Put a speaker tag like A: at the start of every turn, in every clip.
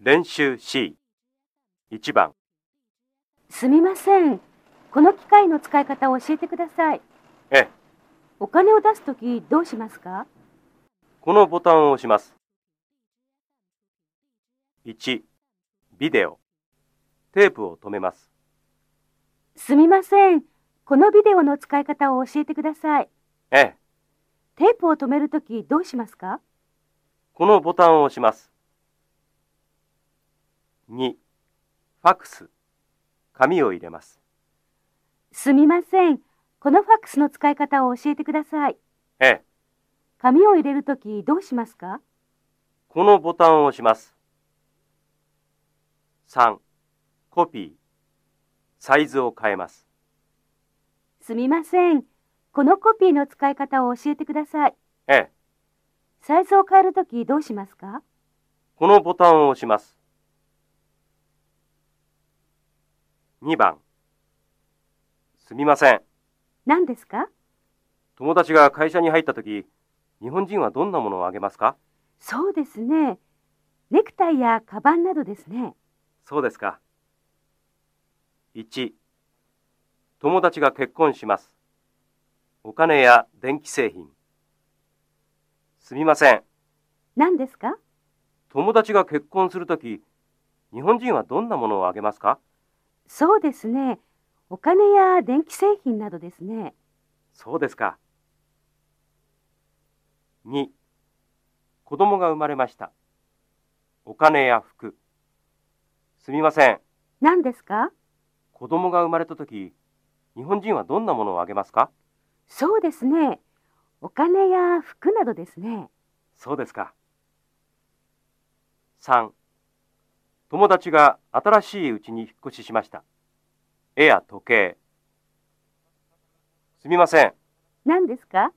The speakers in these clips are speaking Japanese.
A: 練習 C 1番
B: すみません。この機械の使い方を教えてください。
A: ええ
B: お金を出すときどうしますか
A: このボタンを押します1ビデオテープを止めます
B: すみません。このビデオの使い方を教えてください。
A: ええ
B: テープを止めるときどうしますか
A: このボタンを押します2ファクス紙を入れます
B: すみません。このファックスの使い方を教えてください。
A: ええ
B: 紙を入れるときどうしますか
A: このボタンを押します3コピーサイズを変えます
B: すみません。このコピーの使い方を教えてください。
A: ええ
B: サイズを変えるときどうしますか
A: このボタンを押します。2番。すみません。
B: 何ですか
A: 友達が会社に入った時、日本人はどんなものをあげますか
B: そうですね。ネクタイやカバンなどですね。
A: そうですか。1、友達が結婚します。お金や電気製品。すみません。
B: 何ですか
A: 友達が結婚する時、日本人はどんなものをあげますか
B: そうですね。お金や電気製品などですね。
A: そうですか。2. 子供が生まれました。お金や服。すみません。
B: 何ですか
A: 子供が生まれた時、日本人はどんなものをあげますか
B: そうですね。お金や服などですね。
A: そうですか。3. 友達が新しいうちに引っ越ししました。絵や時計。すみません。
B: 何ですか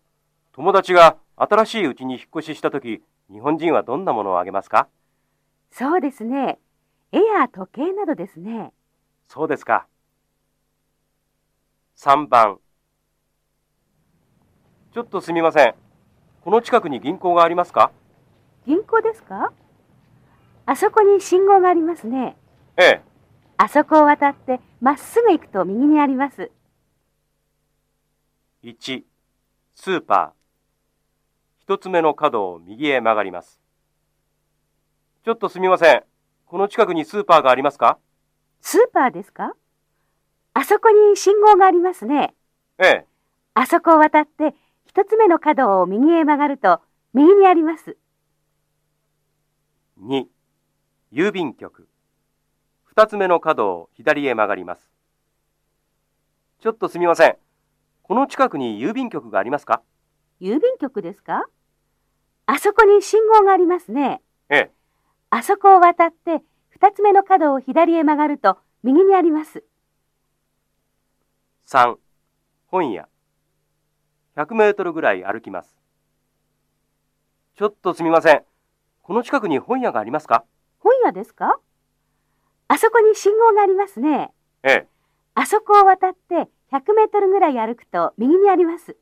A: 友達が新しいうちに引っ越しした時、日本人はどんなものをあげますか
B: そうですね。絵や時計などですね。
A: そうですか。3番。ちょっとすみません。この近くに銀行がありますか
B: 銀行ですかあそこに信号がありますね。
A: ええ。
B: あそこを渡ってまっすぐ行くと右にあります。
A: 1、スーパー。一つ目の角を右へ曲がります。ちょっとすみません。この近くにスーパーがありますか
B: スーパーですかあそこに信号がありますね。
A: ええ。
B: あそこを渡って一つ目の角を右へ曲がると右にあります。
A: 2. 郵便局。二つ目の角を左へ曲がります。ちょっとすみません。この近くに郵便局がありますか
B: 郵便局ですかあそこに信号がありますね。
A: ええ。
B: あそこを渡って二つ目の角を左へ曲がると右にあります。
A: 3. 本屋。100メートルぐらい歩きます。ちょっとすみません。この近くに本屋がありますか
B: 本屋ですかあそこに信号がありますね。
A: ええ。
B: あそこを渡って100メートルぐらい歩くと右にあります。